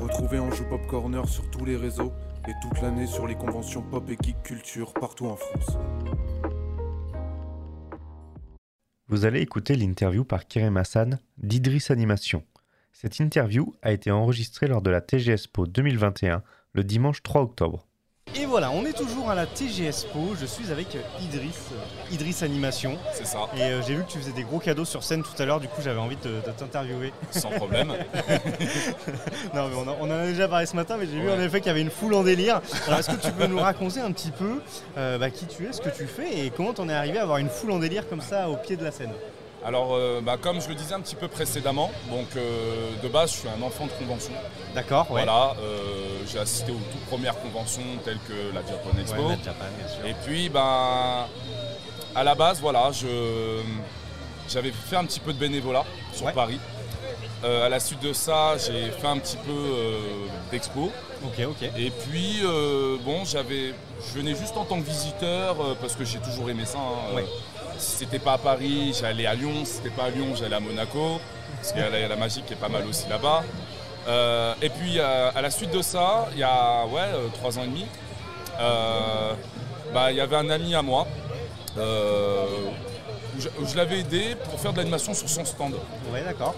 Retrouvez Anjou Pop Corner sur tous les réseaux et toute l'année sur les conventions pop et geek culture partout en France. Vous allez écouter l'interview par Kerem Hassan d'Idris Animation. Cette interview a été enregistrée lors de la TGSPO 2021 le dimanche 3 octobre. Et voilà, on est toujours à la TGSPO. Je suis avec euh, Idriss, euh, Idriss Animation. C'est ça, Et euh, j'ai vu que tu faisais des gros cadeaux sur scène tout à l'heure, du coup j'avais envie de, de t'interviewer. sans problème. Non, mais on, en- on en a déjà parlé ce matin, mais j'ai vu Ouais. en effet qu'il y avait une foule en délire. Alors est-ce que tu peux nous raconter un petit peu euh, bah, qui tu es, ce que tu fais et comment t'en es arrivé à avoir une foule en délire comme ça au pied de la scène Alors, euh, bah, comme je le disais un petit peu précédemment, donc euh, de base, je suis un enfant de convention. D'accord, ouais. Voilà, euh, j'ai assisté aux toutes premières conventions telles que la Japan Ouais, Expo. Made Japan, bien sûr. Et puis, ben, à la base, voilà, je, j'avais fait un petit peu de bénévolat sur Ouais. Paris. Euh, à la suite de ça, j'ai fait un petit peu euh, d'expo. Ok, ok. Et puis, euh, bon, j'avais, je venais juste en tant que visiteur euh, parce que j'ai toujours aimé ça. hein, euh, Ouais. si c'était pas à Paris, j'allais à Lyon. Si c'était pas à Lyon, j'allais à Monaco. Parce qu'il y a la, la magie qui est pas mal aussi là-bas. Euh, et puis, euh, à la suite de ça, il y a ouais, euh, trois ans et demi, euh, bah, il y avait un ami à moi. euh, où je, où je l'avais aidé pour faire de l'animation sur son stand. Ouais, d'accord.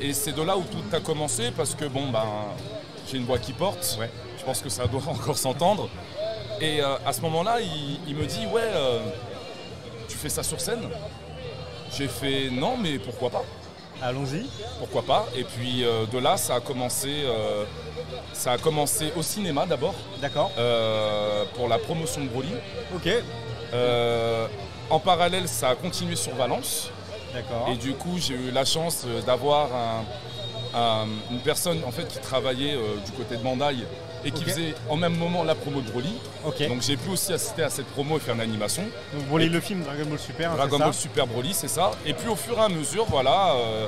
Et c'est de là où tout a commencé parce que bon ben j'ai une voix qui porte. Ouais. Je pense que ça doit encore s'entendre. Et euh, à ce moment-là, il, il me dit ouais, euh, tu fais ça sur scène. J'ai fait non, mais pourquoi pas Allons-y. Pourquoi pas Et puis euh, de là, ça a commencé. euh, ça a commencé au cinéma d'abord D'accord. euh, pour la promotion de Broly. Ok. Euh, en parallèle, ça a continué sur Valence. D'accord. Et du coup, j'ai eu la chance euh, d'avoir un- un- une personne en fait qui travaillait euh, du côté de Mandaille et qui Ok. faisait en même moment la promo de Broly. Ok. Donc j'ai pu aussi assister à cette promo et faire une animation. Donc, vous voulez le film Dragon Ball Super, hein, Dragon c'est ça Ball Super Broly, c'est ça. Et puis au fur et à mesure, voilà, euh,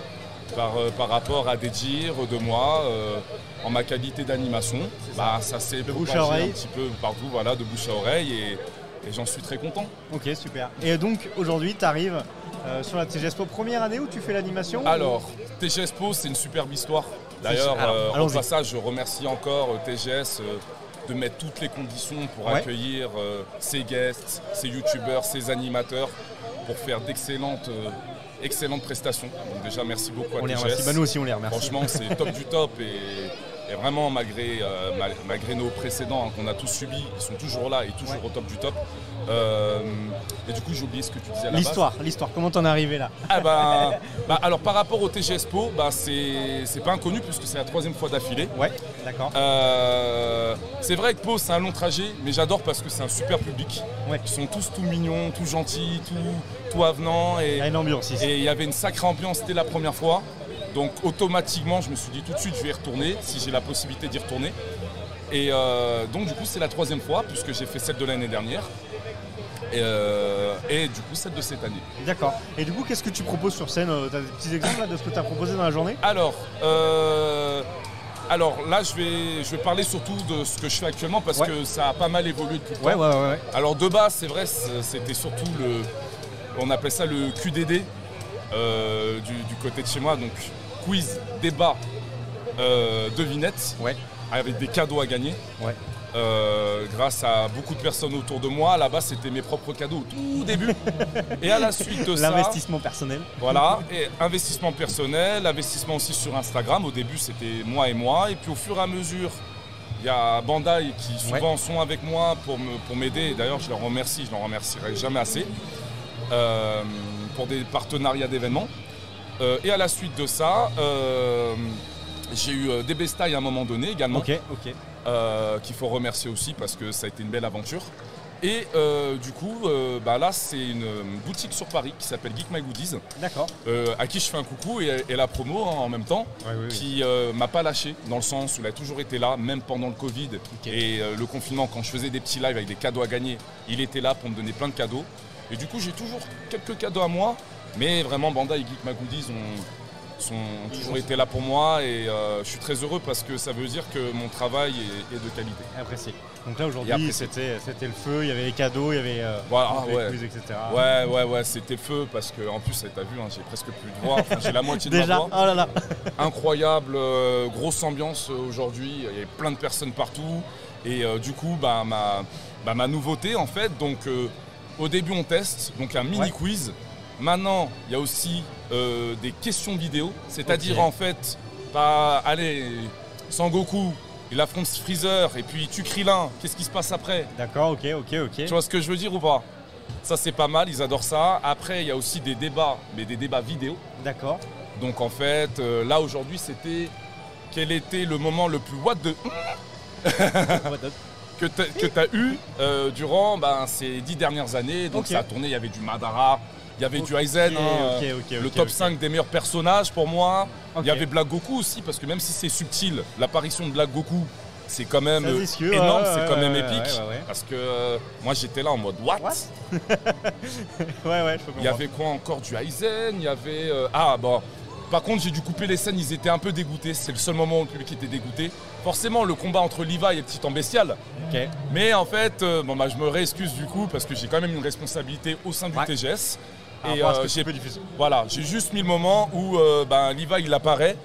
par, euh, par rapport à des dires de moi, euh, en ma qualité d'animation, C'est ça. bah, ça s'est bouche à propagé oreille. un petit peu partout, voilà, de bouche à oreille et- et j'en suis très content. Ok, super. Et donc aujourd'hui, tu arrives sur la TGSPO, première année où tu fais l'animation Alors, TGS Po, c'est une superbe histoire. D'ailleurs, Alors, euh, au allons-y. passage, je remercie encore euh, TGS euh, de mettre toutes les conditions pour Ouais. accueillir euh, ses guests, ses youtubeurs, ses animateurs, pour faire d'excellentes euh, excellentes prestations. Donc déjà, merci beaucoup à on les TGS. remercie. Bah, nous aussi, on les remercie. Franchement, c'est top du top et, et vraiment, malgré, euh, mal- malgré nos précédents hein, qu'on a tous subis, ils sont toujours là et toujours Ouais. au top du top. Euh, et du coup, j'ai oublié ce que tu disais à la base. L'histoire, l'histoire, comment t'en es arrivé là Ah bah, bah, alors par rapport au TGS Po, bah, c'est c'est pas inconnu puisque c'est la troisième fois d'affilée. Ouais, d'accord. Ah, Euh, c'est vrai que Po c'est un long trajet, mais j'adore parce que c'est un super public. Ouais. Ils sont tous tout mignons, tout gentils, tout, tout avenants Il y et a une ambiance ici. et il y avait une sacrée ambiance, c'était la première fois. Donc automatiquement, je me suis dit tout de suite, je vais y retourner, si j'ai la possibilité d'y retourner. Et euh, donc du coup, c'est la troisième fois, puisque j'ai fait celle de l'année dernière. Et, euh, et du coup, celle de cette année. D'accord. Et du coup, qu'est-ce que tu proposes sur scène Euh, T'as des petits exemples là, de ce que t'as proposé dans la journée Alors, euh, alors là, je vais, je vais parler surtout de ce que je fais actuellement parce Ouais. que ça a pas mal évolué depuis le temps. ouais, ouais. Alors de base, c'est vrai, c'est- c'était surtout le, on appelle ça le QDD euh, du, du côté de chez moi, donc quiz, débat, euh, devinette, Ouais. avec des cadeaux à gagner. Ouais. Euh, grâce à beaucoup de personnes autour de moi, là-bas c'était mes propres cadeaux au tout début. Et à la suite de ça, L'investissement personnel. voilà, et investissement personnel, investissement aussi sur Instagram. Au début, c'était moi et moi. Et puis au fur et à mesure, il y a Bandai qui souvent sont avec moi pour me- pour m'aider. Et D'ailleurs, je leur remercie, je ne leur remercierai jamais assez euh, pour des partenariats d'événements. Euh, et à la suite de ça, euh, j'ai eu euh, des bestailles à un moment donné également, Ok, ok. euh, qu'il faut remercier aussi parce que ça a été une belle aventure. Et euh, du coup, euh, bah là, c'est une euh, boutique sur Paris qui s'appelle Geek My Goodies. D'accord. Euh, à qui je fais un coucou et, et la promo hein, en même temps, qui euh, m'a pas lâché dans le sens où elle a toujours été là, même pendant le Covid Ok. et euh, le confinement, quand je faisais des petits lives avec des cadeaux à gagner, il était là pour me donner plein de cadeaux. Et du coup, j'ai toujours quelques cadeaux à moi, mais vraiment Bandai et Geek Magoodies ont, sont, ont toujours été là pour moi et euh, je suis très heureux parce que ça veut dire que mon travail est, est de qualité. Apprécié. Donc là Et aujourd'hui, apprécié. c'était c'était le feu, il y avait les cadeaux, il y avait euh, Voilà, les ouais. quiz, etc. Ouais, ouais, ouais, c'était feu parce que en plus, t'as vu, hein, j'ai presque plus de voix, Enfin, j'ai la moitié de ma Déjà, voix. oh là là. incroyable, euh, grosse ambiance euh, aujourd'hui, il y avait plein de personnes partout. Et euh, du coup, bah, ma, bah, ma nouveauté en fait, donc euh, au début on teste, donc un mini Ouais. quiz. Maintenant, il y a aussi euh, des questions vidéo, c'est-à-dire Ok. en fait, pas allez, sans Goku, il affronte Freezer et puis tu cries l'un, qu'est-ce qui se passe après D'accord, ok, ok, ok. tu vois ce que je veux dire ou pas Ça c'est pas mal, ils adorent ça. Après, il y a aussi des débats, mais des débats vidéo. D'accord. Donc en fait, euh, là aujourd'hui, c'était quel était le moment le plus what de What the- que t'as- que t'as eu euh, durant ben, ces dix dernières années. Donc Ok. ça a tourné, il y avait du Madara, il y avait du Aizen, Ok, hein, ok, euh, ok, le ok, top ok. 5 des meilleurs personnages pour moi. Ok. Il y avait Black Goku aussi, parce que même si c'est subtil, l'apparition de Black Goku, c'est quand même Ça se euh, discute, énorme, ouais, c'est quand ouais, même hein, ouais, épique. ouais, ouais, ouais. Parce que euh, moi j'étais là en mode what, What Ouais, ouais, je peux Il y comprendre. avait quoi encore Du Aizen, il y avait. euh, Ah, bon. Par contre, j'ai dû couper les scènes, ils étaient un peu dégoûtés. C'est le seul moment où le public était dégoûté. Forcément, le combat entre Levi et Petit en Bestial. Ok. Mais en fait, euh, bon, bah, je me réexcuse du coup, parce que j'ai quand même une responsabilité au sein du Ouais. TGS. Par Et rapport à ce euh, que tu j'ai peux diffuser. voilà, j'ai juste mis le moment où euh, ben, Levi il apparaît.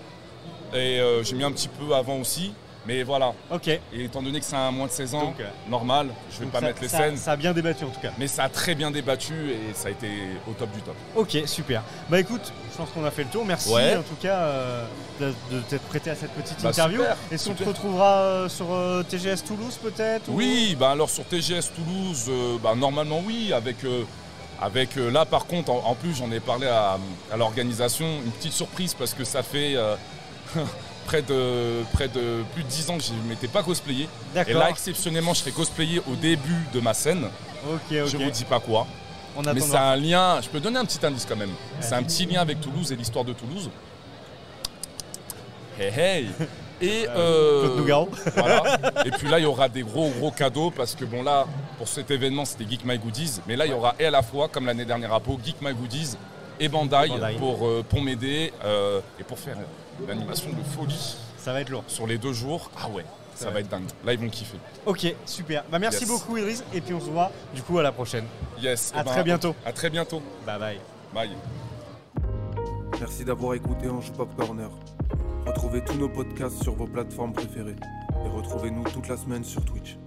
Et euh, j'ai mis un petit peu avant aussi. Mais voilà. Ok. Et étant donné que c'est un moins de 16 ans, Donc, euh, normal, je vais Donc pas ça- mettre les ça- scènes. Ça a bien débattu en tout cas. Mais ça a très bien débattu et ça a été au top du top. Ok, super. Bah écoute, je pense qu'on a fait le tour. Merci Ouais. en tout cas euh, de, de t'être prêté à cette petite Bah, interview. super, Est-ce qu'on te super. retrouvera euh, sur euh, TGS Toulouse peut-être ou- Oui, bah alors sur TGS Toulouse, euh, bah normalement oui, avec, euh, avec euh, là par contre, en, en plus j'en ai parlé à, à l'organisation, une petite surprise parce que ça fait euh, près, de, près de plus de 10 ans que je ne m'étais pas cosplayé. Et D'accord. là exceptionnellement je serai cosplayé au début de ma scène, ok, je ok. vous dis pas quoi. On Mais attendra. c'est un lien, je peux donner un petit indice quand même, c'est un petit lien avec Toulouse et l'histoire de Toulouse. Hey hey Et Claude euh, Nougaro. voilà. Et puis là, il y aura des gros, gros cadeaux parce que, bon, là, pour cet événement, c'était Geek My Goodies. Mais là, il y aura et à la fois, comme l'année dernière à Pau, Geek My Goodies et Bandai, Et Bandai. pour, euh, pour m'aider euh, et pour faire une animation de folie Ça va être lourd. sur les deux jours. Ah ouais, ça va être dingue. Là, ils vont kiffer. Ok, super. Bah merci Yes. beaucoup Idriss et puis on se voit du coup à la prochaine. Yes. À eh ben, très bientôt. À très bientôt. Bye bye. Bye. Merci d'avoir écouté Anjou Pop Corner. Retrouvez tous nos podcasts sur vos plateformes préférées et retrouvez-nous toute la semaine sur Twitch.